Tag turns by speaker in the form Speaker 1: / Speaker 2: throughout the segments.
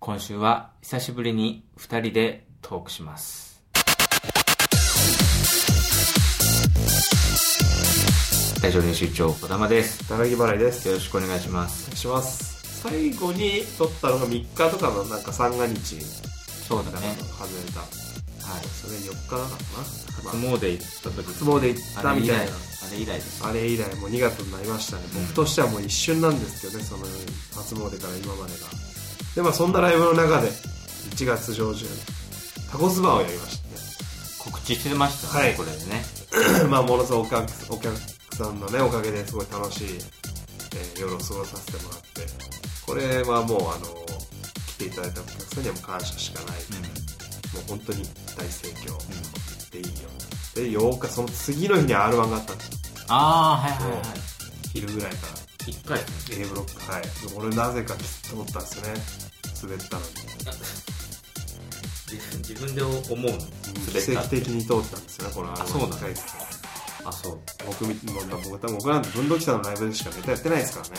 Speaker 1: 今週は久しぶりに2人でトークします大丈夫編集長小玉です
Speaker 2: 柳払いです。
Speaker 1: よ
Speaker 2: よ
Speaker 1: ろしくお願いします
Speaker 2: ろしくお願いします。最後に撮ったのが3日とかのなんか三が日
Speaker 1: そうだ
Speaker 2: だから
Speaker 1: ね
Speaker 2: 外れた。
Speaker 1: はい
Speaker 2: それ4日だからな。
Speaker 1: 初
Speaker 2: ま
Speaker 1: 詣行った時
Speaker 2: 初詣行ったみたいな
Speaker 1: あれ以来あれ以来です
Speaker 2: あ、あれ以来もう2月になりましたね。
Speaker 1: うん
Speaker 2: 僕としてはもう一瞬なんですけどね、その初詣から今までが。で、まあそんなライブの中で1月上旬、タコスバーをやりましたね。
Speaker 1: 告知してましたね、
Speaker 2: はい
Speaker 1: これでね
Speaker 2: まあ、ものすごくお客お客さんのねおかげですごい楽しい、えー夜を過ごさせてもらってこれはもうあの来ていただいたお客さんにはもう感謝しかない、もう本当に大盛況でいいよ、で8日その次の日に r 1があったんですよ
Speaker 1: ああはいはいは
Speaker 2: 昼ぐらいから
Speaker 1: い一回
Speaker 2: A ブロックはい俺なぜかきつと思ったんですよね滑ったのに
Speaker 1: 自分で思うの
Speaker 2: 奇跡
Speaker 1: って
Speaker 2: 的に通ったんですよねこの r
Speaker 1: あそうなん
Speaker 2: 1
Speaker 1: だ
Speaker 2: 回戦
Speaker 1: あそう
Speaker 2: 僕みもう僕僕なんて文土器さんのライブでしかネタやってないですからね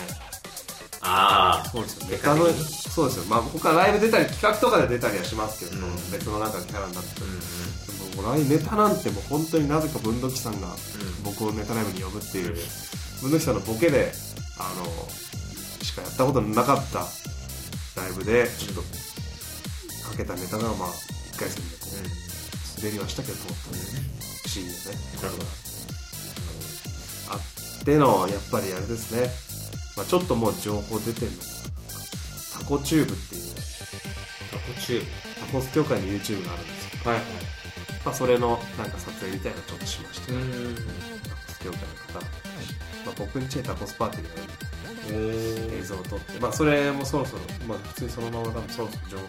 Speaker 1: ああ
Speaker 2: そうですよ
Speaker 1: ネ
Speaker 2: ネ
Speaker 1: タ
Speaker 2: タ
Speaker 1: の
Speaker 2: のそうですよまあ他ライブ出たり企画とかで出たりはしますけど、
Speaker 1: うん
Speaker 2: 別のなんかキャラになって
Speaker 1: うんうん
Speaker 2: もうライブネタなんてもう本当になぜか文土器さんが
Speaker 1: ん
Speaker 2: 僕をネタライブに呼ぶっていう、
Speaker 1: うん
Speaker 2: 文土器さんのボケであのしかやったことのなかったライブでちょっとかけたネタがまあ1回戦でこう滑りはしたけど通ったんで不思議ですね
Speaker 1: なるほど
Speaker 2: あってのやっぱりあれですね、まあ、ちょっともう情報出てるのかなタコチューブっていう
Speaker 1: タコチュー
Speaker 2: タコス協会の YouTube があるんですけ
Speaker 1: ブはいは
Speaker 2: ど、まあ、それのなんか撮影みたいなのちょっとしました、
Speaker 1: う
Speaker 2: ね
Speaker 1: ん
Speaker 2: タコス協会の方、まあ、僕んちでタコスパーティーの
Speaker 1: おー
Speaker 2: 映像を撮って、まあ、それもそろそろ、まあ、普通にそのまま多分そろそろ情報出ると思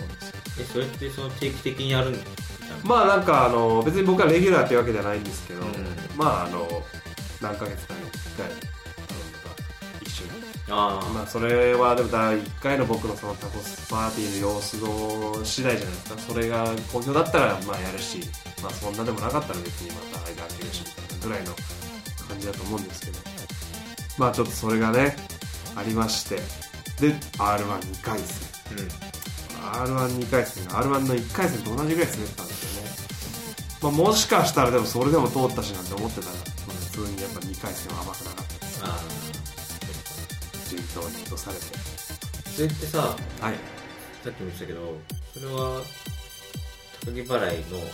Speaker 2: うんですけど
Speaker 1: えそれってその定期的にやるんじゃん
Speaker 2: まあなんかあの別に僕はレギュラーっていうわけじゃないんですけど、
Speaker 1: うん
Speaker 2: まああの何ヶ月かに1回あのまた一緒に
Speaker 1: あー
Speaker 2: まあそれはでも第1回の僕のそのタコスパーティーの様子の次第じゃないですかそれが好評だったらまあやるし、まあ、そんなでもなかったら別にまた間開けるしみたいなぐらいの感じだと思うんですけどまあちょっとそれがねありましてで r 1 2回戦
Speaker 1: うん、
Speaker 2: r 1 2回戦が r 1の1回戦と同じぐらい滑ったんですよね、まあ、もしかしたらでもそれでも通ったしなんて思ってたらまあ普通にやっぱ2回戦は甘くなかった
Speaker 1: あ
Speaker 2: 順当に落とされて
Speaker 1: ーそれってさ
Speaker 2: はい
Speaker 1: さっきも言ってたけどそれは高木払いの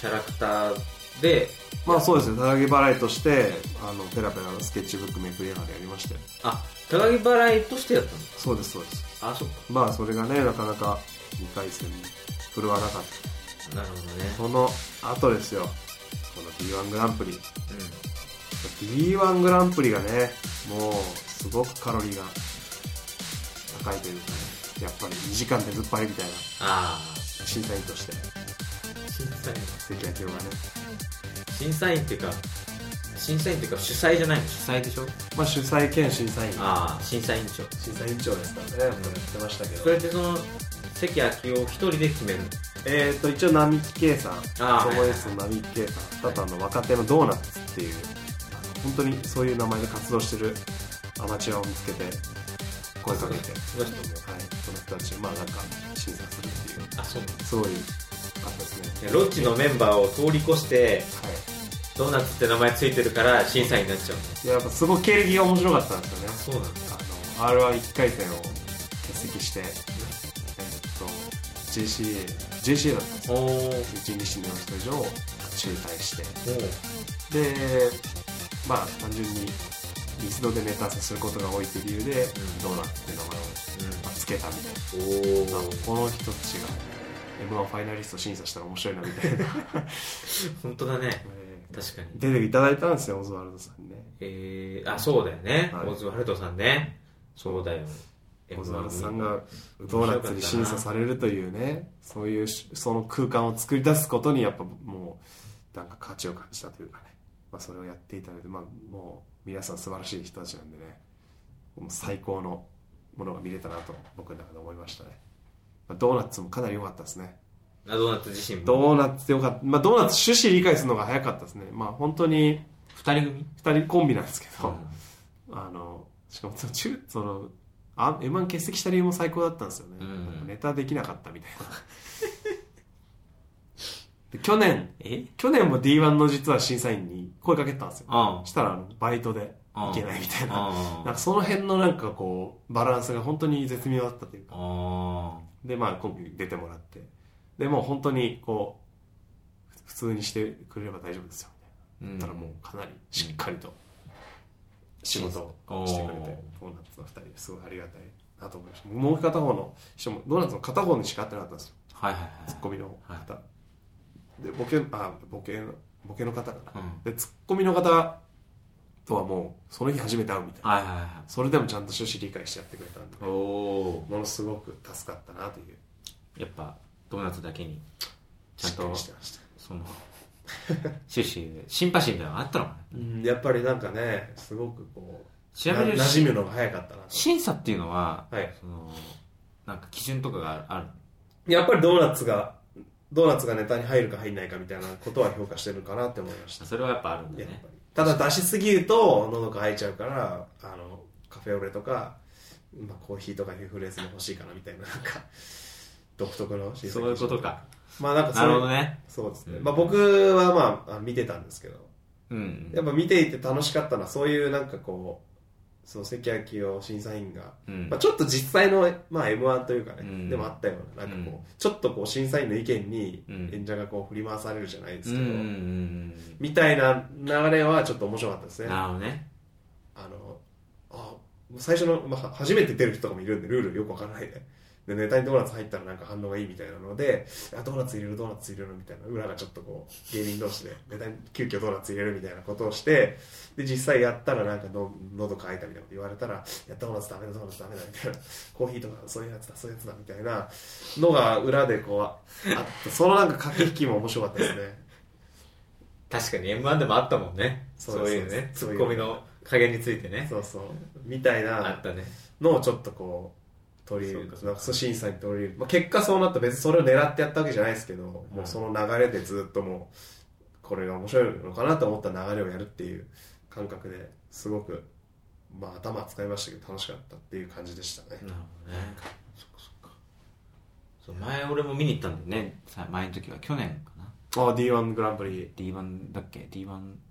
Speaker 1: キャラクターで
Speaker 2: まあそうですね、たたき払いとして、あの、ペラペラスケッチブックめくりながらやりましたよ。
Speaker 1: あ高木払いとしてやったの
Speaker 2: そうです、そうです。
Speaker 1: あそっ
Speaker 2: まあそれがね、なかなか2回戦振るわなかった。
Speaker 1: かなるほどね
Speaker 2: その後ですよ、この B1 グランプリ。
Speaker 1: うん
Speaker 2: B1 グランプリがね、もうすごくカロリーが高いというか、ね、やっぱり2時間でずっぱりみたいな
Speaker 1: あ
Speaker 2: 審査員として、
Speaker 1: あ審査員
Speaker 2: 関谷京がね。
Speaker 1: 審査員っていうか審査員っていうか主催じゃないの主催でしょ
Speaker 2: まあ主催兼審査員。
Speaker 1: ああ審査委員長
Speaker 2: 審査委員長ですからね、やってましたけ
Speaker 1: それってその関明夫一人で決めるの
Speaker 2: えー、と一応並木圭さん
Speaker 1: あー
Speaker 2: コボエスの並木圭さんあとあの若手のドーナツっていうあの本当にそういう名前で活動してるアマチュアを見つけて声かけて、はい、
Speaker 1: その人も
Speaker 2: その人たちまあなんか審査するっていう
Speaker 1: あそう
Speaker 2: すごいあったですね
Speaker 1: ロッチのメンバーを通り越して
Speaker 2: は
Speaker 1: ドーナツって名前ついてるから審査員になっちゃうの
Speaker 2: いいややっぱすごい経歴が面白かったんですよ
Speaker 1: そ
Speaker 2: ね
Speaker 1: うなんだ
Speaker 2: あの r 1 1回戦を欠席してえっと JCA JCA だったんです
Speaker 1: お
Speaker 2: よ
Speaker 1: おー
Speaker 2: 1日の人以上中退して
Speaker 1: おー
Speaker 2: でまあ単純に密度でネタ合わせすることが多いという理由で、
Speaker 1: ん
Speaker 2: ドーナツって名前をつけたみたい
Speaker 1: うん
Speaker 2: な、
Speaker 1: おー
Speaker 2: この人たちが m 1ファイナリスト審査したら面白いなみたいな、
Speaker 1: 本当だね
Speaker 2: えー
Speaker 1: 確かに
Speaker 2: 出ていただいたんですよオズワルドさんにね
Speaker 1: えー、あそうだよね、
Speaker 2: はい
Speaker 1: オズワルドさんねそうだよ
Speaker 2: オズワルドさんがドーナツに審査されるというねそういうしその空間を作り出すことにやっぱもうなんか価値を感じたというかね、まあ、それをやっていただいて、まあ、もう皆さん素晴らしい人たちなんでねもう最高のものが見れたなと僕の中で思いましたね、まあ、ドーナツもかなり良かったですね
Speaker 1: あドーナツ自身も
Speaker 2: ドーナツって良かった、まあ、ドーナツ趣旨理解するのが早かったですねまあ本当に
Speaker 1: 二人組
Speaker 2: 2人コンビなんですけど、
Speaker 1: うん
Speaker 2: あのしかもその中そのあ M−1 欠席した理由も最高だったんですよね、
Speaker 1: うんうん
Speaker 2: ネタできなかったみたいな で去年
Speaker 1: え
Speaker 2: 去年も D1 の実は審査員に声かけたんですよ
Speaker 1: あ
Speaker 2: したらあのバイトで
Speaker 1: あ
Speaker 2: 行けないみたいな
Speaker 1: あ
Speaker 2: なんかその辺のなんかこうバランスが本当に絶妙だったというか
Speaker 1: あ
Speaker 2: でまあ今回出てもらってでもう本当にこう普通にしてくれれば大丈夫ですよみたい
Speaker 1: う
Speaker 2: な
Speaker 1: ん
Speaker 2: だったらもうかなりしっかりと仕事をしてくれてドーナツの2人すごいありがたいなと思いましたもう片方の人もドーナツの片方にしか会ってなかったんですよ
Speaker 1: はいはい
Speaker 2: ツッコミの方、
Speaker 1: は
Speaker 2: でボケあボケのボケの方かな
Speaker 1: はいうん
Speaker 2: でツッコミの方とはもうその日初めて会うみたいな
Speaker 1: はいはいは
Speaker 2: それでもちゃんと趣旨理解してやってくれたんで
Speaker 1: いお
Speaker 2: ものすごく助かったなという
Speaker 1: ーやっぱドーナツだけにちゃん
Speaker 2: しっか
Speaker 1: と
Speaker 2: りしてました
Speaker 1: その終始シンパシーみたいなのがあったのかな
Speaker 2: うんやっぱりなんかねすごくこう
Speaker 1: ちなみに
Speaker 2: な馴染むのが早かったなと
Speaker 1: 審査っていうのは
Speaker 2: はい
Speaker 1: そのなんか基準とかがあるある
Speaker 2: やっぱりドーナツがドーナツがネタに入るか入んないかみたいなことは評価してるかなって思いました
Speaker 1: それはやっぱあるんだ
Speaker 2: やっぱり
Speaker 1: ね
Speaker 2: ただ出しすぎると喉が開いちゃうからあのカフェオレとか、まあ、コーヒーとかいうフレーズも欲しいかなみたいななんか 独特の審査
Speaker 1: そういうことか
Speaker 2: まあなんかそ
Speaker 1: な
Speaker 2: れ
Speaker 1: るほどね
Speaker 2: そうですね、
Speaker 1: うん
Speaker 2: まあ、僕はまああ見てたんですけど
Speaker 1: うん
Speaker 2: やっぱ見ていて楽しかったのはそういうなんかこうその関明を審査員が
Speaker 1: うん
Speaker 2: まあ、ちょっと実際の、まあ、m 1というかね、
Speaker 1: うん
Speaker 2: でもあったようななんかこう、
Speaker 1: うん
Speaker 2: ちょっとこう審査員の意見に
Speaker 1: うん
Speaker 2: 演者がこう振り回されるじゃないで
Speaker 1: う
Speaker 2: す
Speaker 1: ん
Speaker 2: け
Speaker 1: うん
Speaker 2: ど、
Speaker 1: うん
Speaker 2: みたいな流れはちょっと面白かったです
Speaker 1: うんな
Speaker 2: ねあ
Speaker 1: るほどね
Speaker 2: のあ最初の、まあ、初めて出る人とかもいるんでルールよくわからないででネタにドーナツ入ったらなんか反応がいいみたいなのであドーナツ入れるドーナツ入れるみたいな裏がちょっとこう芸人同士でネタに急遽ドーナツ入れるみたいなことをしてで実際やったらなんかの喉乾いたみたいなこと言われたらいやドーナツダメだドーナツダメだみたいなコーヒーとかそういうやつだそういうやつだみたいなのが裏でこうあってそのなんか駆け引きも面白かったですね
Speaker 1: 確かに m 1でもあったもんね
Speaker 2: そう
Speaker 1: そう
Speaker 2: です
Speaker 1: いうねツ
Speaker 2: そう
Speaker 1: ッ
Speaker 2: です
Speaker 1: コミの加減についてね
Speaker 2: そうそうみたい
Speaker 1: あ
Speaker 2: な
Speaker 1: ったね
Speaker 2: のをちょっとこう取り入れ
Speaker 1: そうか
Speaker 2: る
Speaker 1: そうか
Speaker 2: なんかそう審査に取り入れる、まあ、結果そうなった別にそれを狙ってやったわけじゃないですけど、もうその流れでずっともうこれが面白いのかなと思った流れをやるっていう感覚ですごく、まあ、頭使いましたけど楽しかったっていう感じでしたね、
Speaker 1: なるほどねそっかそっかそう前俺も見に行ったんだよねさ前の時は去年かな
Speaker 2: ああ D1 グランプリ
Speaker 1: D1 だっけ D1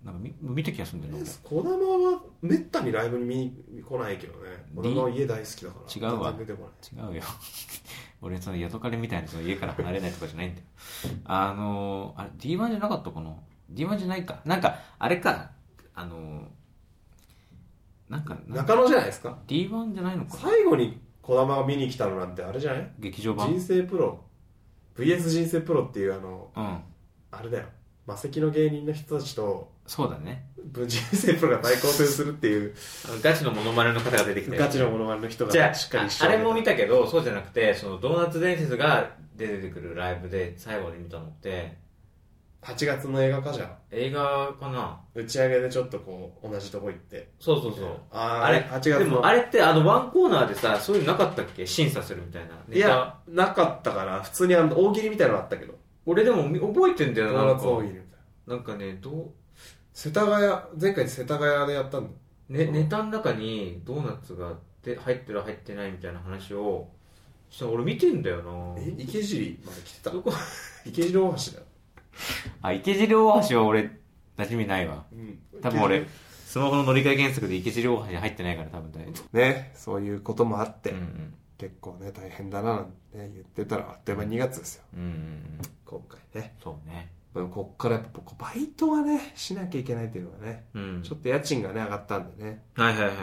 Speaker 1: なんか見見た気がするんだよね
Speaker 2: 児玉はめったにライブに見に来ないけどね児玉は家大好きだから
Speaker 1: 違うわ
Speaker 2: 全然出てこない
Speaker 1: 違うよ 俺そのヤドカリみたいなその家から離れないとかじゃないんだよあのーあれ D1 じゃなかったかな D1 じゃないかなんかあれかあのーなんかなんか
Speaker 2: 中野じゃないですか
Speaker 1: D1 じゃないのか
Speaker 2: 最後に児玉が見に来たのなんてあれじゃない
Speaker 1: 劇場版
Speaker 2: 人生プロ VS 人生プロっていうあの
Speaker 1: うん
Speaker 2: あれだよ魔石の芸人の人たちと
Speaker 1: そうだね
Speaker 2: 人生プロが対抗戦するっていう
Speaker 1: ガチのモノマネの方が出てきたよ
Speaker 2: ガチのモノマネの人
Speaker 1: じゃ
Speaker 2: がしっか
Speaker 1: あ
Speaker 2: り
Speaker 1: あれも見たけどそうじゃなくてそのドーナツ伝説が出てくるライブで最後に見たのって
Speaker 2: 8月の映画化じゃん
Speaker 1: 映画かな
Speaker 2: 打ち上げでちょっとこう同じとこ行って
Speaker 1: そうそうそう
Speaker 2: あー
Speaker 1: あれ
Speaker 2: 8月
Speaker 1: で
Speaker 2: の
Speaker 1: もあれってあのワンコーナーでさそういうのなかったっけ審査するみたいないネタ
Speaker 2: やなかったかな普通にあの大喜利みたいなのあったけど
Speaker 1: 俺でもみ覚えてんだ
Speaker 2: ド
Speaker 1: よな
Speaker 2: ー
Speaker 1: な
Speaker 2: ナ
Speaker 1: ん
Speaker 2: ツ大喜利
Speaker 1: か
Speaker 2: みたいな
Speaker 1: なんかねど
Speaker 2: 世田谷前回世田谷でやったんだよ
Speaker 1: う、ね、ネタの中にドーナツがで入ってる入ってないみたいな話をした俺見てんだよな
Speaker 2: え池尻まで来てた
Speaker 1: どこ
Speaker 2: 池尻大橋だよ、
Speaker 1: あ池尻大橋は俺馴染みないわ
Speaker 2: うん
Speaker 1: 多分俺スマホの乗り換え原則で池尻大橋に入ってないから多分大丈夫
Speaker 2: ねそういうこともあって、
Speaker 1: うんうん
Speaker 2: 結構ね大変だななんてね言ってたらあっという間に2月ですよ
Speaker 1: うんうんうん
Speaker 2: 今回ね
Speaker 1: そうね
Speaker 2: でもこっからやっぱこうバイトがねしなきゃいけないというのがね、
Speaker 1: うん
Speaker 2: ちょっと家賃がね上がったんでね
Speaker 1: はいはいはいはい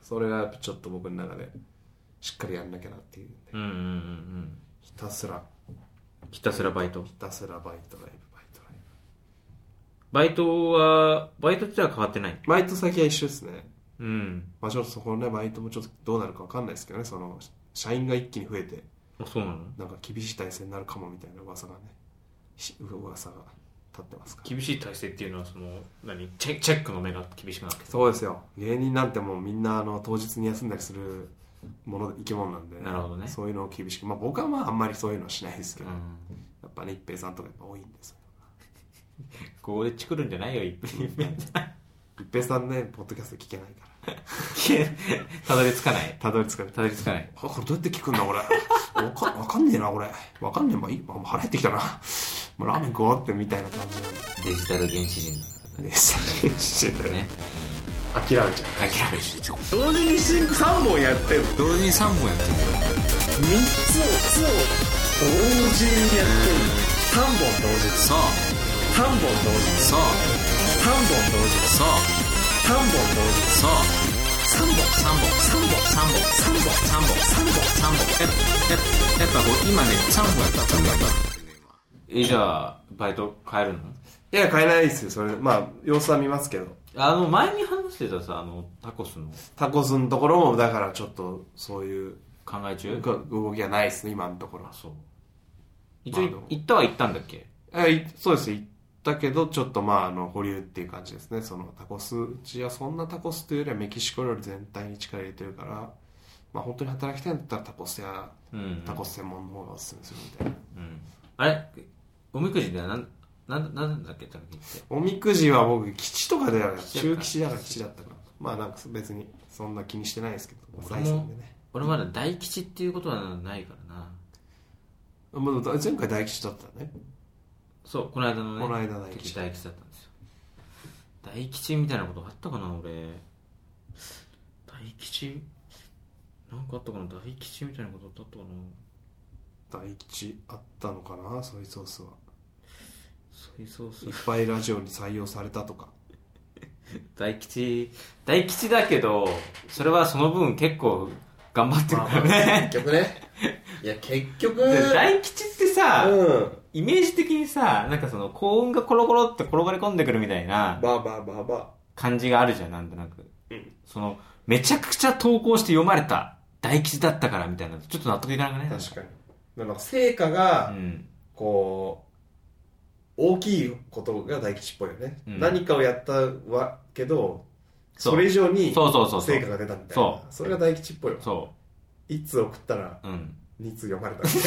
Speaker 2: それがやっぱちょっと僕の中でしっかりやんなきゃなっていうんで
Speaker 1: うんうんうんうん
Speaker 2: ひたすら
Speaker 1: ひたすらバイト
Speaker 2: ひたすらバイトライブバイトライ
Speaker 1: バイトはバイトっては変わってない
Speaker 2: ブバイト先は一緒ですね
Speaker 1: うん
Speaker 2: まあちょっとそこのねバイトもちょっとどうなるかわかんないですけどねその社員が一気に増えて
Speaker 1: あそうなの
Speaker 2: なんか厳しい体制になるかもみたいな噂がねし噂が立ってますから
Speaker 1: 厳しい体制っていうのはその何チェチェックの目が厳しくなって
Speaker 2: そうですよ芸人なんてもうみんなあの当日に休んだりするもの生き物なんで
Speaker 1: なるほどね
Speaker 2: そういうのを厳しく、まあ、僕はまああんまりそういうのはしないですけ
Speaker 1: う
Speaker 2: ど、
Speaker 1: ん
Speaker 2: やっぱね一平さんとかやっぱ多いんです
Speaker 1: ここでチクるんじゃないよ一品
Speaker 2: 一平さんねポッドキャスト聞けないから
Speaker 1: たどり着かない
Speaker 2: たどり着かれた
Speaker 1: たどり着かない
Speaker 2: あこれどうやって聞くんだ俺わかわかんねえな、これ。わかんねえ、まあいい、まあ、もう腹減ってきたな。もうラーメン食おうってみたいな感じなん
Speaker 1: デジタル原始人だか
Speaker 2: で、最近
Speaker 1: ら ね
Speaker 2: 諦めちゃう。
Speaker 1: 諦める
Speaker 2: 同時に3本やってる。
Speaker 1: 同時に3本やってる
Speaker 2: 3つを、同
Speaker 1: そうそうそうそう3本3本3本3
Speaker 2: 時にやってる。3本同時。3本同時。3本同時。3本同時。3本。
Speaker 1: 本3本3本3本やっやっやっぱこう今ね3本やった3本やったえじゃあバイト変えるの
Speaker 2: いや、買えないですよ、それ。まあ、様子は見ますけど。
Speaker 1: あの前に話してたさあのタコスの
Speaker 2: タコスのところも、だからちょっと、そういう
Speaker 1: 考え中
Speaker 2: 動きはないですね、今のところ
Speaker 1: あ。そう一応
Speaker 2: まああの
Speaker 1: 行ったは行ったんだっけ
Speaker 2: あいそうです行ったけどちょっとまああの保留っていう感じですねそのタコスうちはそんなタコスというよりはメキシコ料理全体に力入れてるからまあ本当に働きたいんだったらタコスや
Speaker 1: うん
Speaker 2: タコス専門の方がおすすめするみたいな、
Speaker 1: うんあれおみくじでなんなんなんだっけタコスって
Speaker 2: おみくじは僕吉とかでは
Speaker 1: 吉だった
Speaker 2: 中吉だから吉だったからまあなんか別にそんな気にしてないですけど
Speaker 1: 俺も
Speaker 2: 財産でね
Speaker 1: 俺まだ大吉っていうことはないからな
Speaker 2: まあ前回大吉だったね
Speaker 1: そうこの間のね
Speaker 2: この間大吉
Speaker 1: 時大吉だったんですよ大吉みたいなことあったかな俺大吉なんかあったかな大吉みたいなことあったかな
Speaker 2: 大吉あったのかなソイソースは
Speaker 1: ソイソース
Speaker 2: いっぱいラジオに採用されたとか
Speaker 1: 大吉大吉だけどそれはその分結構頑張ってるからね、
Speaker 2: 結局ねいや結局
Speaker 1: で大吉ってさ、
Speaker 2: うん
Speaker 1: イメージ的にさなんかその幸運がコロコロって転がり込んでくるみたいな
Speaker 2: ばあばあばあば
Speaker 1: 感じがあるじゃんなんとなく、そのめちゃくちゃ投稿して読まれた大吉だったからみたいなちょっと納得いかなくね
Speaker 2: 確かになんか成果が
Speaker 1: うん
Speaker 2: こう大きいことが大吉っぽいよね、
Speaker 1: うん
Speaker 2: 何かをやったわけど
Speaker 1: そ
Speaker 2: そうれ以上に
Speaker 1: そうそうそうそ
Speaker 2: 成果
Speaker 1: う
Speaker 2: が出たみたいな
Speaker 1: そ
Speaker 2: れが大吉っぽいよ
Speaker 1: そ
Speaker 2: 1通送ったら
Speaker 1: ううん
Speaker 2: 2通読まれたみたい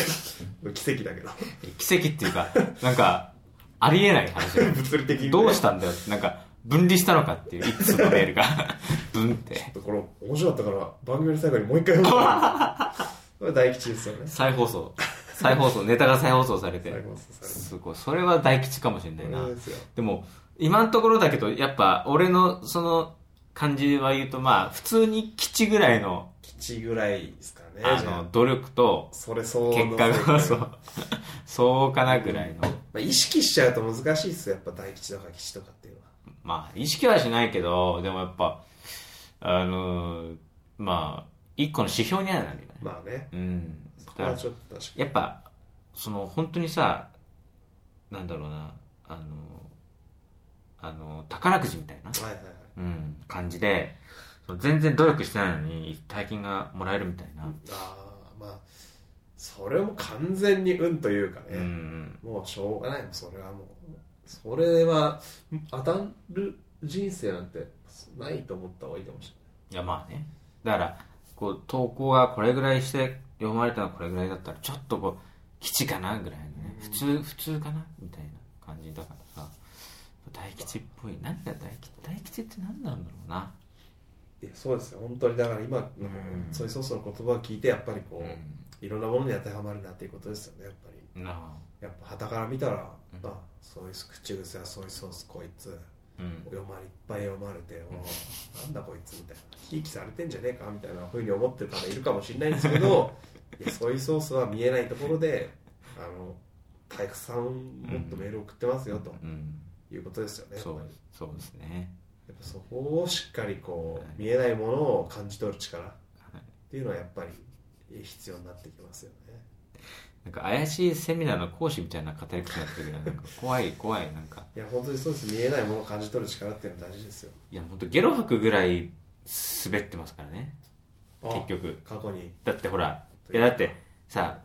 Speaker 2: な奇跡だ けど
Speaker 1: 奇跡っていう かなんかありえない話だよ
Speaker 2: 物理的にね、
Speaker 1: どうしたんだよってなんか分離したのかっていう一通のメールが ブンって
Speaker 2: これ面白かったから番組の最後にもう一回読むから これ大吉ですよね
Speaker 1: 再放送再放送ネタが再放送されて
Speaker 2: 最後の最
Speaker 1: すごいそれは大吉かもしれない
Speaker 2: 後
Speaker 1: な
Speaker 2: これですよ
Speaker 1: でも今のところだけどやっぱ俺のその感じは言うとまあ普通に吉ぐらいの
Speaker 2: 吉ぐらいですかね
Speaker 1: あ
Speaker 2: じゃあ
Speaker 1: の努力と
Speaker 2: それ相応の
Speaker 1: 結果
Speaker 2: 成果
Speaker 1: が そうそうかなぐらいの
Speaker 2: まあ、意識しちゃうと難しいっすよやっぱ大吉とか吉とかっていうのは
Speaker 1: まあ意識はしないけどでもやっぱあのーまあ一個の指標にはなるよね
Speaker 2: まあね
Speaker 1: うん
Speaker 2: そ
Speaker 1: だ
Speaker 2: こ
Speaker 1: か
Speaker 2: は
Speaker 1: ら
Speaker 2: ちょっと確か
Speaker 1: やっぱその本当にさなんだろうなあのあの宝くじみたいな
Speaker 2: にはいはいはい
Speaker 1: うん、感じで、その全然努力してないのに大金がもらえるみたいな。
Speaker 2: ああまあそれも完全に運というか
Speaker 1: う
Speaker 2: ね、
Speaker 1: ん。
Speaker 2: もうしょうがないもんそれはもうそれは当たる人生なんてないと思った方がいいかもし
Speaker 1: いや、まあね。だから、こう、投稿がこれぐらいして読まれたのはこれぐらいだったら、ちょっとこう、吉かなぐらいのね。普通、普通かなみたいな感じだからさ。大吉っぽい。何が大吉大吉って何なんだろうな。
Speaker 2: れないいやそうですよ本当にだから今の
Speaker 1: ん
Speaker 2: ソイソースの言葉を聞いてやっぱりこう、
Speaker 1: うん。
Speaker 2: いろんなものに当てはまるなっていうことですよねやっぱり
Speaker 1: なあ。
Speaker 2: やっぱ旗から見たら、
Speaker 1: うん
Speaker 2: まあそういう口癖はソイソースこいつ
Speaker 1: うん。
Speaker 2: 読まれいっぱい読まれて、おうなんだこいつみたいなひいきされてんじゃねえかみたいなふうに思ってる方いるかもしれないんです けどいやソイソースは見えないところであのたくさんもっとメール送ってますよと
Speaker 1: うん。
Speaker 2: いうことですよね、
Speaker 1: そう
Speaker 2: やっぱ、
Speaker 1: そうですね。
Speaker 2: りやっぱそこをしっかり
Speaker 1: は
Speaker 2: こ
Speaker 1: いう
Speaker 2: 見えないものを感じ取る力っ
Speaker 1: はい。
Speaker 2: ていうのはやっぱり必要になってきますよね
Speaker 1: なんか怪しいセミナーの講師みたいな語り口になってるけど、なんか怖い怖い、なんか。
Speaker 2: いや本当にそうです見えないものを感じ取る力っていうのは大事ですよ
Speaker 1: いや、本当ゲロ吐くぐらい滑ってますからね。結局。
Speaker 2: 過去に
Speaker 1: だってほら、いやだってさ、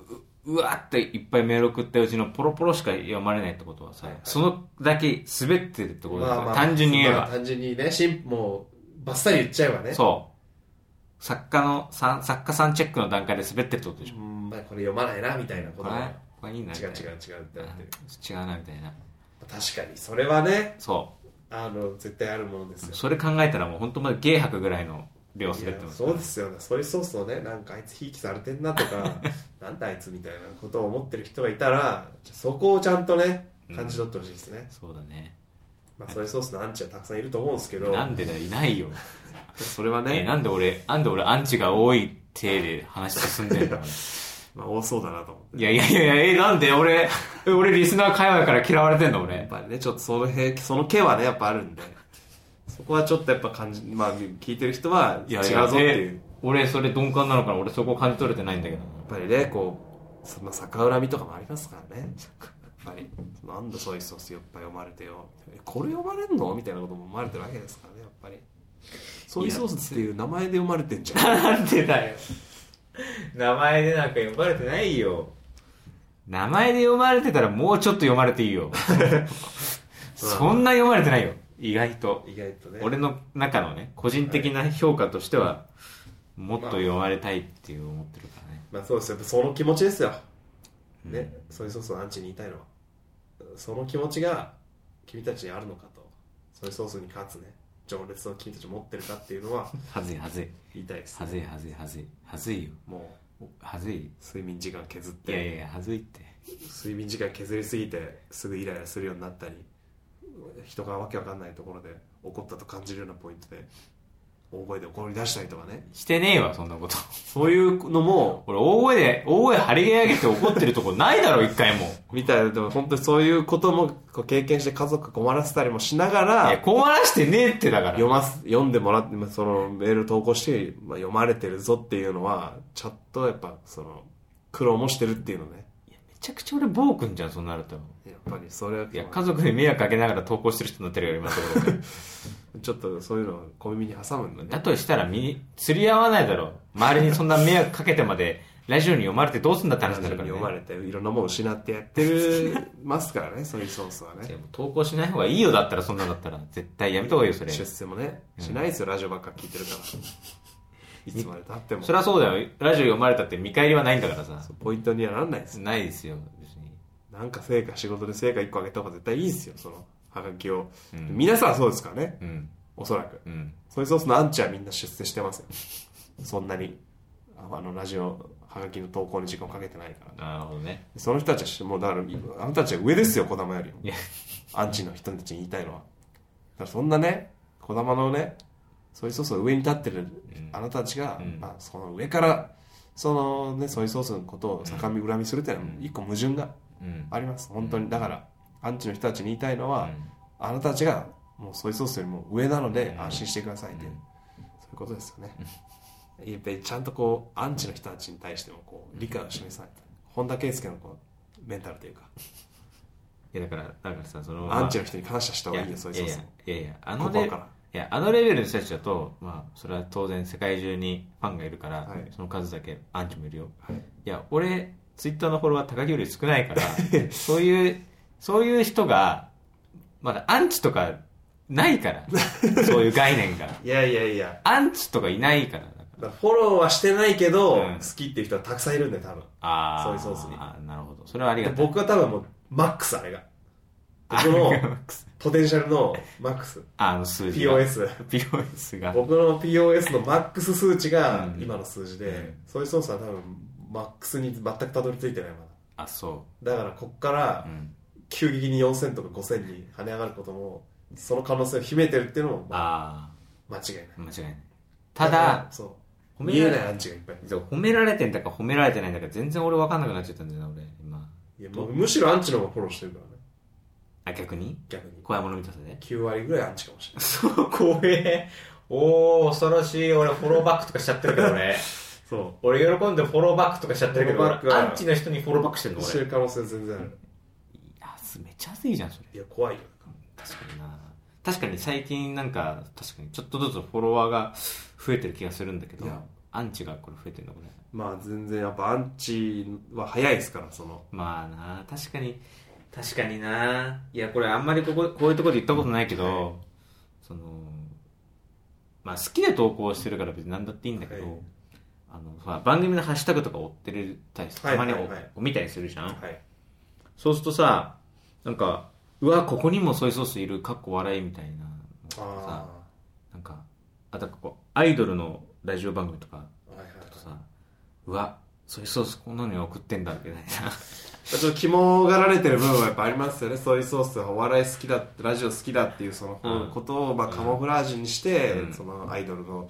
Speaker 1: ううわーっていっぱいメール送ったうちのポロポロしか読まれないってことはさ、
Speaker 2: はいはい
Speaker 1: そのだけ滑ってるってことですよ、単純に言えば、
Speaker 2: まあ単純にねしんもうバッサリ言っちゃえばね
Speaker 1: そう。作家のさん、作家さんチェックの段階で滑ってるってことでしょ。
Speaker 2: うんまあ、これ読まないなみたいなこ
Speaker 1: ことれ
Speaker 2: が
Speaker 1: これいいなみ
Speaker 2: 違
Speaker 1: た
Speaker 2: う違う違
Speaker 1: いうな。
Speaker 2: ってなってる
Speaker 1: 違うな、みたいな。
Speaker 2: 確かにそれはね
Speaker 1: そ
Speaker 2: あの絶対あるものです
Speaker 1: う。
Speaker 2: よ
Speaker 1: それ考えたらもう本当まだゲー吐くぐらいの量滑ってます
Speaker 2: そうですよねソイソースをねなんかあいつひいきされてんなと かなんだあいつみたいなことを思ってる人がいたらそこをちゃんとね感じ取ってほしいですね、
Speaker 1: そうだね
Speaker 2: まあ、ソイソースのアンチはたくさんいると思うんですけど
Speaker 1: なんでだよいないよ、
Speaker 2: それは
Speaker 1: え
Speaker 2: ね、
Speaker 1: なんで俺なんで俺アンチが多い体で話進んでんだろうね
Speaker 2: まあ、多そうだなと思って
Speaker 1: いやいやいやいやえなんで俺え俺リスナー界隈から嫌われてんの
Speaker 2: や
Speaker 1: 俺
Speaker 2: っぱりねちょっとその辺その毛はねやっぱあるんでそこはちょっとやっぱ感じまあ聞いてる人は違うぞってい
Speaker 1: え
Speaker 2: う
Speaker 1: 俺それ鈍感なのかな俺そこ感じ取れてないんだけど
Speaker 2: やっぱりねこうその逆恨みとかもありますからねやっぱりなんだソイソースいっぱい読まれてよえこれ読まれんのみたいなことも思われてるわけですからねやっぱりソイソースっていう名前で読まれてんじゃん
Speaker 1: なんでだよ。名前でなんか読まれてないよ。名前で読まれてたらもうちょっと読まれていい よ。そんな読まれてないよ。意外と。
Speaker 2: 意外とね
Speaker 1: 俺の中のね、個人的な評価としては、もっと読まれたいっていう思ってるからね。
Speaker 2: まあそうですよその気持ちですよ、
Speaker 1: うん
Speaker 2: ねソイソースのアンチに言いたいのはその気持ちが君たちにあるのかとソイソースに勝つね情熱を君たち持ってるかっていうのは
Speaker 1: はずいはずい。
Speaker 2: 言いたいです
Speaker 1: はずいはずいはずい。はずいよ。
Speaker 2: も
Speaker 1: はずい。いう
Speaker 2: 睡眠時間削って
Speaker 1: やいやいや、はずいって。
Speaker 2: 睡眠時間削りすぎてすぐイライラするようになったり人がわけわかんないところで怒ったと感じるようなポイントで大声で怒り出したりとかね
Speaker 1: してねえわ、そんなこと。
Speaker 2: そういうのも
Speaker 1: 俺、大声で、大声張り上げて怒ってるとこないだろ、一回も。
Speaker 2: みたいなでも本当にそういうこともこう経験して家族困らせたりもしなが
Speaker 1: いや、
Speaker 2: ら
Speaker 1: 困らしてねえってだから。
Speaker 2: 読ます読んでもらってまあそのメール投稿して、まあ、読まれてるぞっていうのはちゃんとやっぱその苦労もしてるっていうのね
Speaker 1: めちゃくちゃ俺暴君じゃんそうなると
Speaker 2: やっぱりそれはい
Speaker 1: や家族に迷惑かけながら投稿してる人になってるよ今のとこ
Speaker 2: ちょっとそういうのを小耳に挟むんだ
Speaker 1: ろ
Speaker 2: ね
Speaker 1: だとしたら身に釣り合わないだろ周りにそんな迷惑かけてまでラジオに読まれてどうすんだって話になるから、ね、
Speaker 2: 読まれていろんなもの失ってやってるますか らねそういうソースはね
Speaker 1: いやもう投稿しない方がいいよだったらそんなんだったら絶対やめた方がいいよそれ
Speaker 2: 出世もねしないですよ、ラジオばっか聞いてるから いつまでたっても
Speaker 1: そりゃそうだよラジオ読まれたって見返りはないんだからさ
Speaker 2: ポイントにはなんないですよ
Speaker 1: ないですよ別に
Speaker 2: なんか成果仕事で成果1個上げた方が絶対いいですよそのハガキを、
Speaker 1: うん
Speaker 2: 皆さんそうですからね
Speaker 1: うん
Speaker 2: おそらく
Speaker 1: うん
Speaker 2: ソイソースのアンチはみんな出世してますよそんなにああのラジオハガキの投稿に時間をかけてないから
Speaker 1: なるほどね
Speaker 2: その人たちはもうだからあなたたちは上ですよ児玉よりも
Speaker 1: いや
Speaker 2: アンチの人たちに言いたいのは。だからそんなね、児玉のね、ソイソースの上に立ってるあなたたちが、
Speaker 1: うん
Speaker 2: まあ、その上から、そのね、ソイソースのことを逆恨みするっていうのは、一個矛盾が
Speaker 1: うん
Speaker 2: あります。本当に。だから、アンチの人たちに言いたいのは、
Speaker 1: うん
Speaker 2: あなたたちが、もうソイソースよりも上なので、安心してくださいっていう、そういうことですよね。やっぱりちゃんとこう、アンチの人たちに対しても、こう、理解を示さないと。本田圭佑のこう、メンタルというか、
Speaker 1: いやだからだからさその
Speaker 2: アンチの人に感謝した
Speaker 1: い
Speaker 2: 方
Speaker 1: や
Speaker 2: が
Speaker 1: い
Speaker 2: いい
Speaker 1: や
Speaker 2: よ、ソイソースも。
Speaker 1: いやいやあの
Speaker 2: 心
Speaker 1: レ
Speaker 2: から
Speaker 1: いやあのレベルの人たちだと、まあ、それは当然世界中にファンがいるから、
Speaker 2: はい
Speaker 1: その数だけアンチもいるよ、
Speaker 2: はい
Speaker 1: い、や俺ツイッターのフォロワー高木より少ない からそういうそういう人がまだアンチとかないからそういう概念が
Speaker 2: いやいやいや。
Speaker 1: アンチとかいないからだから
Speaker 2: だからフォローはしてないけど、
Speaker 1: うん
Speaker 2: 好きっていう人はたくさんいるんだよ、多分。
Speaker 1: あ
Speaker 2: ソ
Speaker 1: あ
Speaker 2: イソースに
Speaker 1: あーなるほどそれはありが
Speaker 2: で
Speaker 1: たい
Speaker 2: 僕は多分もう、マックスあれが。僕
Speaker 1: あ
Speaker 2: の
Speaker 1: れがマックス
Speaker 2: ポテンシャルのマックス。
Speaker 1: ああの数字が
Speaker 2: POS。
Speaker 1: POS が
Speaker 2: 僕の POS のマックス数値が
Speaker 1: うん
Speaker 2: 今の数字
Speaker 1: う
Speaker 2: で
Speaker 1: ん、
Speaker 2: そういう操作は多分、マックスに全くたどり着いてないま
Speaker 1: あそ
Speaker 2: だ。だから、こっか
Speaker 1: う、う
Speaker 2: ら、
Speaker 1: ん、
Speaker 2: 急激に4000とか5000に跳ね上がることも、その可能性を秘めてるっていうのも、ま
Speaker 1: あ
Speaker 2: あ間違いない。
Speaker 1: あ間違いないた
Speaker 2: か
Speaker 1: だ
Speaker 2: らそう。
Speaker 1: 褒め
Speaker 2: 見
Speaker 1: ら
Speaker 2: え
Speaker 1: れ
Speaker 2: ないアンチがいっぱい。
Speaker 1: そう褒められてんだか褒められてないんだか全然俺分かんなくなっちゃったんだよな俺今
Speaker 2: いやもうむしろアンチの方がフォローしてるからね、
Speaker 1: あ逆に
Speaker 2: 逆に。
Speaker 1: 怖いもの見たさで
Speaker 2: 9割ぐらいアンチかもしれない。
Speaker 1: そう怖えおお恐ろしい俺フォローバックとかしちゃってるけど 俺
Speaker 2: そ
Speaker 1: 俺喜んでフォローバックとかしちゃってるけど
Speaker 2: フォローバックは
Speaker 1: 俺アンチの人にフォローバックしてんの
Speaker 2: して
Speaker 1: 俺
Speaker 2: る可能性全然ある。
Speaker 1: あすめっちゃ熱いじゃんそれ
Speaker 2: いや、怖いよ。
Speaker 1: 確かにな確かに最近なんか確かにちょっとずつフォロワーが増えてる気がするんだけど
Speaker 2: いや
Speaker 1: アンチがこれ増えてるのこれ
Speaker 2: まあ全然やっぱアンチは早いですから、その。
Speaker 1: まあな確かに確かにないやこれあんまりこここういうところで言ったことないけど、
Speaker 2: は
Speaker 1: そのまあ好きで投稿してるから別に何だっていいんだけど、
Speaker 2: はい
Speaker 1: あのほら番組のハッシュタグとか追ってるたり
Speaker 2: は
Speaker 1: た
Speaker 2: い
Speaker 1: まにお、
Speaker 2: はいはい
Speaker 1: 見たりするじゃん、
Speaker 2: はい。
Speaker 1: そうするとさなんかうわここにもソイソースいるかっこ笑いみたいなのとかさ
Speaker 2: あ
Speaker 1: なんかあだからこうアイドルのラジオ番組とか
Speaker 2: はいはい
Speaker 1: だとさうわソイソースこんなのに送ってんだみたいなさ
Speaker 2: ちょっと肝がられてる部分はやっぱありますよねソイソースはお笑い好きだってラジオ好きだっていうその
Speaker 1: うん
Speaker 2: ことをまあカモフラージュにして、
Speaker 1: うん
Speaker 2: そのアイドルの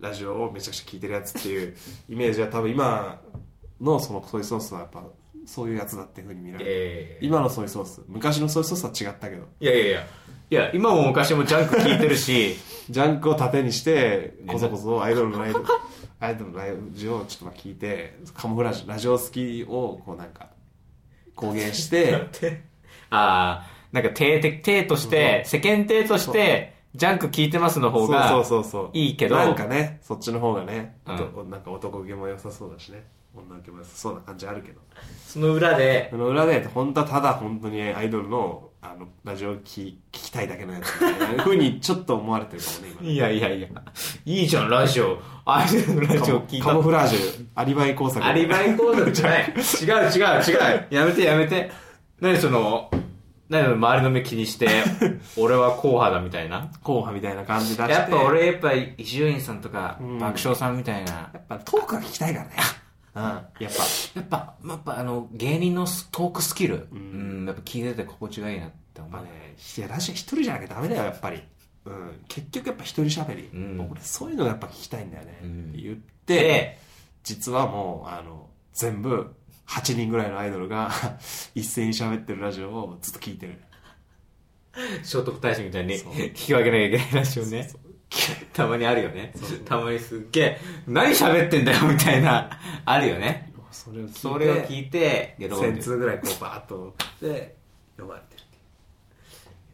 Speaker 2: ラジオをめちゃくちゃ聞いてるやつっていうイメージは多分今のそのソイソースはやっぱそういうやつだっていうふうに見られる、
Speaker 1: い
Speaker 2: 今のソイソース昔のソイソースは違ったけど
Speaker 1: やいやいやいや今も昔もジャンク聞いてる し
Speaker 2: ジャンクを盾にしてこそこそアイドルのラ イブアイドルのライブをちょっとまあ聞いてカモフラージュラジオ好きをこうなんか公言して
Speaker 1: ああなんか体的体として世間体としてジャンク聞いてますの方が
Speaker 2: そうそうそうそう
Speaker 1: いいけど
Speaker 2: なんかねそっちの方がね、
Speaker 1: うん
Speaker 2: となんか男受けも良さそうだしね女受けも良さそうな感じあるけど
Speaker 1: その裏で
Speaker 2: その裏で本当はただ本当にアイドルのあのラジオを聞聞きたいだけのやつみた いなふうにちょっと思われてるかもね今ね
Speaker 1: いやいやいやいいじゃんラジオアイドルの ラジオ聞い
Speaker 2: カ
Speaker 1: た
Speaker 2: モフラージュアリバイ工作
Speaker 1: アリバイ工作じゃない。違う違う違う。やめてやめて。何その、何その周りの目気に して、俺は硬派だみたいな。
Speaker 2: 候補みたいな感じ出して
Speaker 1: やっぱ俺やっぱ伊集院さんとか
Speaker 2: うん
Speaker 1: 爆笑さんみたいな。
Speaker 2: やっぱトークが聞きたいからねうんやっぱ
Speaker 1: やっぱ、やっぱあの、芸人のトークスキル。うんん、やっぱ聞いてて心地がいいなって思
Speaker 2: まあ
Speaker 1: うね。
Speaker 2: ね、いやラジオ一人じゃなきゃダメだよやっぱり、うん、結局やっぱ一人喋り、
Speaker 1: うん
Speaker 2: 俺そういうのがやっぱ聞きたいんだよね、
Speaker 1: うん
Speaker 2: 言って
Speaker 1: で
Speaker 2: 実はもうあの全部8人ぐらいのアイドルが 一斉に喋ってるラジオをずっと聞いてる
Speaker 1: 聖徳太子みたいに
Speaker 2: そう
Speaker 1: 聞き分けなきゃいけないラジオね。たまにあるよね
Speaker 2: そう。
Speaker 1: たまにすっげえ、何喋ってんだよみたいな、あるよね。
Speaker 2: それを聞いて
Speaker 1: それを聞いて、喜んでる
Speaker 2: 1000通ぐらいこうバーッとで呼ばれ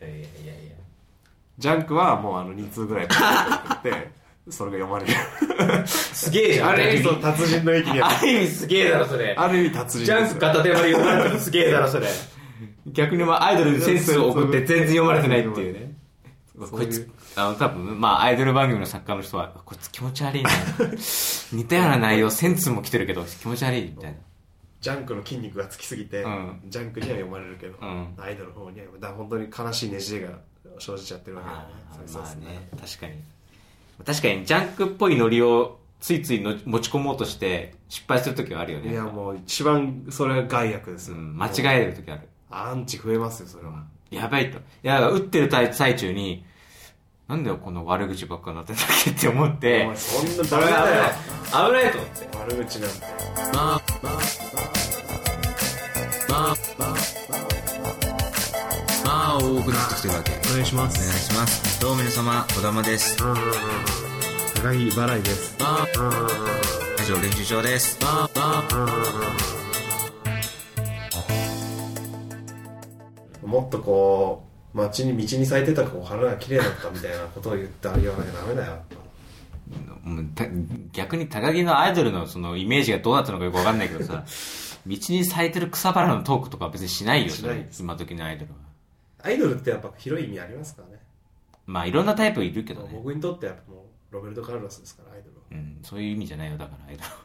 Speaker 2: て
Speaker 1: い
Speaker 2: る
Speaker 1: やいやいやいや。
Speaker 2: ジャンクはもうあの2通ぐらいバーッと送ってそれが読まれ
Speaker 1: すげえじ
Speaker 2: る
Speaker 1: ゃん。
Speaker 2: ある意
Speaker 1: 逆に
Speaker 2: 味その達人の域にあ
Speaker 1: ある意味すげえだろ、それ。
Speaker 2: るある意味達
Speaker 1: ジ
Speaker 2: 人
Speaker 1: ャ
Speaker 2: で
Speaker 1: ン
Speaker 2: す
Speaker 1: プ
Speaker 2: よ
Speaker 1: 片手まで読まれてるすげえだろ、それ。 逆にまあアイドルにセンスを送って全然読まれてないっていうね。
Speaker 2: そ
Speaker 1: こ
Speaker 2: う
Speaker 1: い
Speaker 2: い
Speaker 1: つ
Speaker 2: う、
Speaker 1: あの、多分、まあ、アイドル番組の作家の人は、こいつ気持ち悪い な。似たような内容、1000通も来てるけど、気持ち悪い、みたいな。
Speaker 2: ジャンクの筋肉がつきすぎて、
Speaker 1: うん
Speaker 2: ジャンクには読まれるけど、
Speaker 1: うん
Speaker 2: アイドルの方にはだから本当に悲しいねじれが生じちゃってるわけだよ
Speaker 1: あ
Speaker 2: ね
Speaker 1: あ
Speaker 2: そうそう
Speaker 1: まあ
Speaker 2: そう
Speaker 1: ね、確かに。確かに、ジャンクっぽいノリを、ついついの持ち込もうとして、失敗するときはあるよね。
Speaker 2: いやもう一番それが害悪です
Speaker 1: う
Speaker 2: よ、
Speaker 1: ん、間違えるときある。
Speaker 2: アンチ増えますよそれは、
Speaker 1: やばいと。いや、だから打ってる最最中に、なんだよ、この悪口ばっかになってたっけって思って
Speaker 2: お前、そ
Speaker 1: こ
Speaker 2: んなダ
Speaker 1: れ
Speaker 2: メ
Speaker 1: は
Speaker 2: だよ
Speaker 1: 危ない。危ないと思って。
Speaker 2: 悪口なんて
Speaker 3: まあ多くなってきてるわけお願いしますお願いしますどうも皆様児玉です
Speaker 2: 高木払いです
Speaker 3: 以上練習場です
Speaker 2: もっとこう街に道に咲いてたこう花が綺麗だったみたいなことを言ってあげなきゃダメだよ
Speaker 1: うんた逆に高木のアイドルのそのイメージがどうだったのかよくわかんないけどさ、道に咲いてる草花のトークとかは別にしないよ、
Speaker 2: しないです
Speaker 1: 今時のアイドルは。
Speaker 2: アイドルってやっぱ広い意味ありますからね
Speaker 1: まあ、いろんなタイプいるけどね。
Speaker 2: 僕にとってやっぱもうロベルト・カルロスですからアイドルは
Speaker 1: うん、そういう意味じゃないよ、だからアイドルは。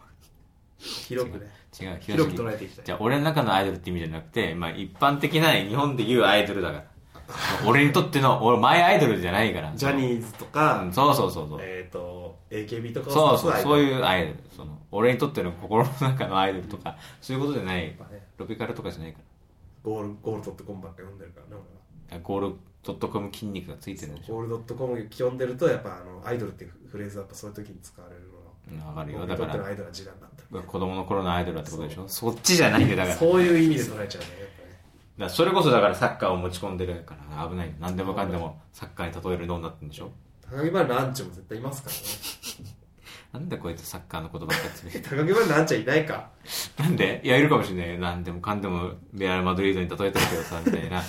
Speaker 2: 広くね
Speaker 1: 違う、
Speaker 2: 広く
Speaker 1: 広すぎ
Speaker 2: 捉えていきたい
Speaker 1: じゃあ、俺の中のアイドルって意味じゃなくて、まあ、一般的な日本で言うアイドルだから。俺にとっての、俺、マイアイドルじゃないから。
Speaker 2: ジャニーズと
Speaker 1: う
Speaker 2: か
Speaker 1: ん、そうそうそうそう。
Speaker 2: えっと AKB とか
Speaker 1: そうそう、そう
Speaker 2: う
Speaker 1: いうアイドル。その、俺にとっての心の中のアイドルとか、そういうことじゃない
Speaker 2: ぱね。
Speaker 1: ロピカルとかじゃないか
Speaker 2: ゴールゴールドットコムばっか読んでるからね俺は
Speaker 1: ら。ゴールドットコム筋肉がついてるんでしょ。
Speaker 2: ゴールドットコム読んでるとやっぱあのアイドルっていうフレーズはやっぱそういう時に使われる
Speaker 1: うんわかる
Speaker 2: の
Speaker 1: よ。
Speaker 2: が
Speaker 1: だか
Speaker 2: 僕にとってのア
Speaker 1: ら、
Speaker 2: イドルは時短だった
Speaker 1: 子供の頃のアイドルだってことでしょ。そっちじゃないよ、だから。だか
Speaker 2: そういう意味で捉えちゃうねやっぱね
Speaker 1: らそれこそだからサッカーを持ち込んでるから危ないよ。何でもかんでもサッカーに例えるようになってるんでしょ。
Speaker 2: 高木原のアンチも絶対いますからね
Speaker 1: なんでこうやってサッカーのことばっかり
Speaker 2: え高木原のアンチはいないか
Speaker 1: なんでいや、いるかもしれないよ。なんでもかんでも、レアル・マドリードに例えてるけどさ、みたい な。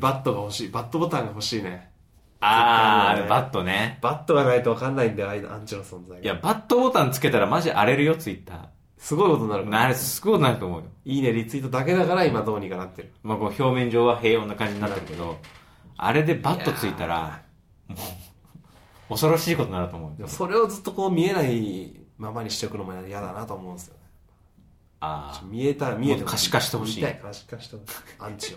Speaker 2: バットが欲しいバットボタンが欲しいね
Speaker 1: あー、バットね。
Speaker 2: バットがないと分かんないんだよアイドアンチの存在が
Speaker 1: いや、バットボタンつけたらマジ荒れるよ、ツイッタ
Speaker 2: すごいことになる
Speaker 1: ー。
Speaker 2: から
Speaker 1: なる、すごいことなると思うよ。
Speaker 2: いいねリツイートだけだから今どうにかなってる
Speaker 1: まあ、こう表面上は平穏な感じになってるけど、あれでバットついたら、もう、恐ろしいことになると思う
Speaker 2: で
Speaker 1: よ
Speaker 2: も。それをずっとこう見えないままにしておくのも嫌だなと思うんですよね
Speaker 1: あー、
Speaker 2: 見えた見えて
Speaker 1: もう可視化してほしい
Speaker 2: 見た可視化してほしいアンチを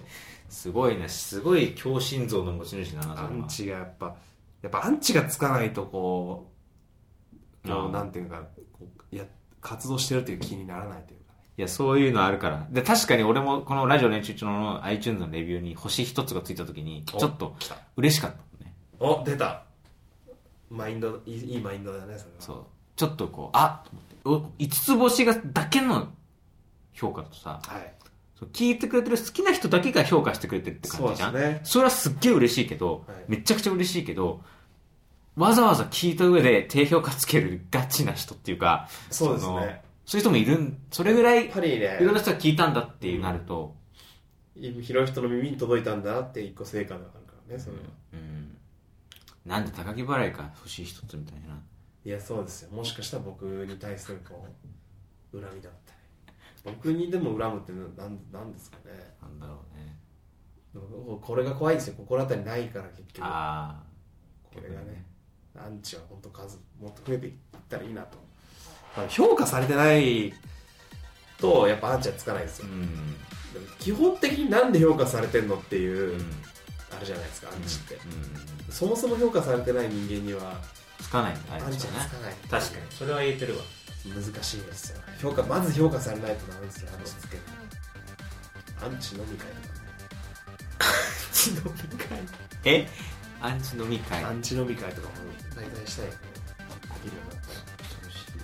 Speaker 1: すごいね、すごい強心臓の持ち主だな、
Speaker 2: ア
Speaker 1: それ
Speaker 2: ン
Speaker 1: は。
Speaker 2: チがやっぱやっぱアンチがつかないとこうの
Speaker 1: あー
Speaker 2: なんていうかこうや活動してるという気にならないというかね
Speaker 1: いや、そういうのあるから。で、確かに俺もこのラジオ練習中の iTunes のレビューに星一つがついた時に、
Speaker 2: お
Speaker 1: ちょっと
Speaker 2: 来た
Speaker 1: 嬉しかったもんね。
Speaker 2: お出たマインドいいいいマインドだねそれは
Speaker 1: そう。ちょっとこう、あと思ってお五つ星がだけの評価とさ、
Speaker 2: はい
Speaker 1: そう聞いてくれてる好きな人だけが評価してくれてるって感じじゃん
Speaker 2: そうですね
Speaker 1: それはすっげえ嬉しいけど、
Speaker 2: はい
Speaker 1: めちゃくちゃ嬉しいけど、わざわざ聞いた上で低評価つけるガチな人っていうか、
Speaker 2: そうですね
Speaker 1: のそういう人もいるん、それぐらい、
Speaker 2: や
Speaker 1: い
Speaker 2: っぱりね
Speaker 1: ろんな人が聞いたんだっていうなると、
Speaker 2: 広い人の耳に届いたんだなって一個成果だからねそれは、
Speaker 1: うん。なんで高木払いか、星一つみたいな。
Speaker 2: いやそうですよもしかしたら僕に対するこう恨みだったり僕にでも恨むってななんなんですかね
Speaker 1: なんだろうね。
Speaker 2: これが怖いんですよ心当たりないから結局
Speaker 1: あ
Speaker 2: これがねアンチは本当数もっと増えていったらいいなと、まあ評価されてないとやっぱアンチはつかないです
Speaker 1: あ。う
Speaker 2: よ、
Speaker 1: ん。
Speaker 2: でも基本的になんで評価されてんのっていう、
Speaker 1: うん。
Speaker 2: あれじゃないですかアンチって、
Speaker 1: うん
Speaker 2: そもそも評価されてない人間には
Speaker 1: つかないんだ、
Speaker 2: ア
Speaker 1: あれ
Speaker 2: ンチは
Speaker 1: で
Speaker 2: つ
Speaker 1: すよね。
Speaker 2: かない
Speaker 1: 確かに。それは言えてるわ。
Speaker 2: 難しいですよ評価まず評価されないとダメですよアンチつけるのアンチ飲み会と かねアンチ飲み会
Speaker 1: えアンチ飲み会。
Speaker 2: アンチ飲み会とかも大体したいよねできるようになったら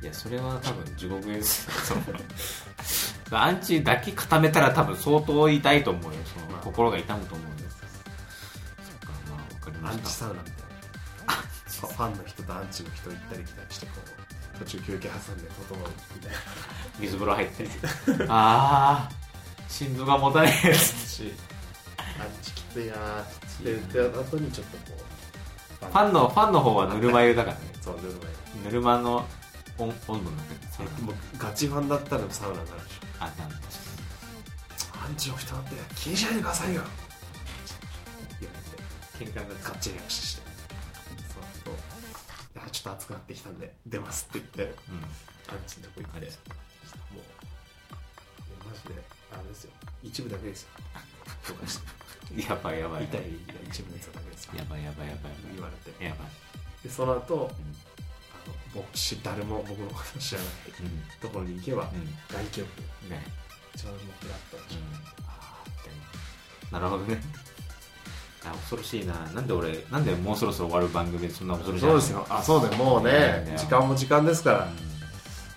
Speaker 1: いや、それは多分地獄です。そのアンチだけ固めたら多分相当痛いと思うよ。その心が痛むと思うんです。そっか、まあ、わかりま
Speaker 2: アンチ
Speaker 1: した。
Speaker 2: サウナみたいなファンの人とアンチの人行ったり来たりしてこう途中休憩挟んで整うみたいな
Speaker 1: 水風呂入って。あー、心臓が持たないです。
Speaker 2: し アンチきついなーって言って後にちょっとこう
Speaker 1: ファンの、ファンの方はぬるま湯だからね。
Speaker 2: そうでもね
Speaker 1: ぬるまの温温度になってるサウナ
Speaker 2: もうガチファンだったらサウナになるでしょ
Speaker 1: あ、なんだ。
Speaker 2: アンチの人なんて気にしないでくださいよ言われて喧嘩がガッチリ握手してそうすると「いやちょっと暑くなってきたんで出ます」って言って
Speaker 1: うん。
Speaker 2: アンチのとこ行っ
Speaker 1: ア
Speaker 2: て
Speaker 1: ン
Speaker 2: もう
Speaker 1: チ
Speaker 2: いやマジであれですよ一部だけですよとかして
Speaker 1: やばいやばい。
Speaker 2: 痛い一部のやつだけですよ
Speaker 1: やばいやばいやばい
Speaker 2: 言
Speaker 1: や
Speaker 2: われ
Speaker 1: ばい。
Speaker 2: て
Speaker 1: やばい。
Speaker 2: でその後
Speaker 1: うん
Speaker 2: あの僕し誰も僕のこと知らない
Speaker 1: うん。
Speaker 2: ところに行け
Speaker 1: う
Speaker 2: ば
Speaker 1: ん。
Speaker 2: 外気浴
Speaker 1: ね。
Speaker 2: ちょうど僕だったんでしょあーって
Speaker 1: なるほどね。あ、恐ろしいな。なんで俺、なんでもうそろそろ終わる番組でそんな恐ろしい
Speaker 2: そうです
Speaker 1: よ。
Speaker 2: よ。あ、そうだよ。もう
Speaker 1: いやいやい
Speaker 2: ね
Speaker 1: や、
Speaker 2: 時間も時間ですか
Speaker 1: う
Speaker 2: ら。
Speaker 1: ん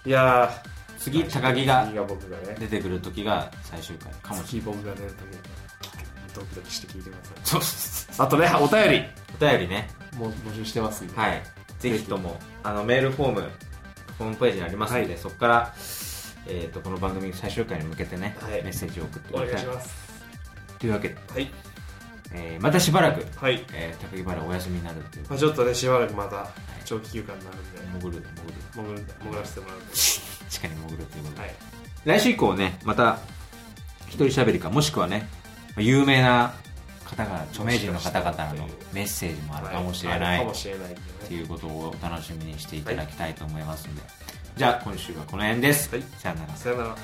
Speaker 2: いやー
Speaker 1: 次、高木が
Speaker 2: 次が僕がね。
Speaker 1: 出てくる時が最終回かもし
Speaker 2: 次僕が出るときに、ドキドキして聞いてくださ
Speaker 1: れ
Speaker 2: い。
Speaker 1: ない。
Speaker 2: あとね、お便
Speaker 1: お便りね。
Speaker 2: り、もう募集してますんで。
Speaker 1: はい。ぜひとも、あの、メールフォーム、ホームページにありますので、そこから、えっ、と、この番組最終回に向けてね、
Speaker 2: はい
Speaker 1: メッセージを送って
Speaker 2: お
Speaker 1: く
Speaker 2: 願
Speaker 1: だ
Speaker 2: い
Speaker 1: さ
Speaker 2: し
Speaker 1: い。
Speaker 2: ます。
Speaker 1: というわけで、
Speaker 2: はい。
Speaker 1: えーまたしばらく、
Speaker 2: はい。
Speaker 1: えー、高木原お休みになるっていう。
Speaker 2: まあちょっとね、しばらくまた、長期休暇になるんで、
Speaker 1: 潜る、潜る。
Speaker 2: 潜る潜らせてもらうんで。
Speaker 1: 地下に潜るということで。
Speaker 2: はい。
Speaker 1: 来週以降ねまた一人喋りかもしくはね有名な方が著名人の方々のメッセージもあるかもしれ
Speaker 2: は
Speaker 1: ない
Speaker 2: あるか
Speaker 1: い
Speaker 2: もしれないんで
Speaker 1: って
Speaker 2: ね。
Speaker 1: いうことをお楽しみにしていただきたいと思いますので、じゃあ今週はこの辺です、
Speaker 2: はい
Speaker 1: さよなら
Speaker 2: さよなら。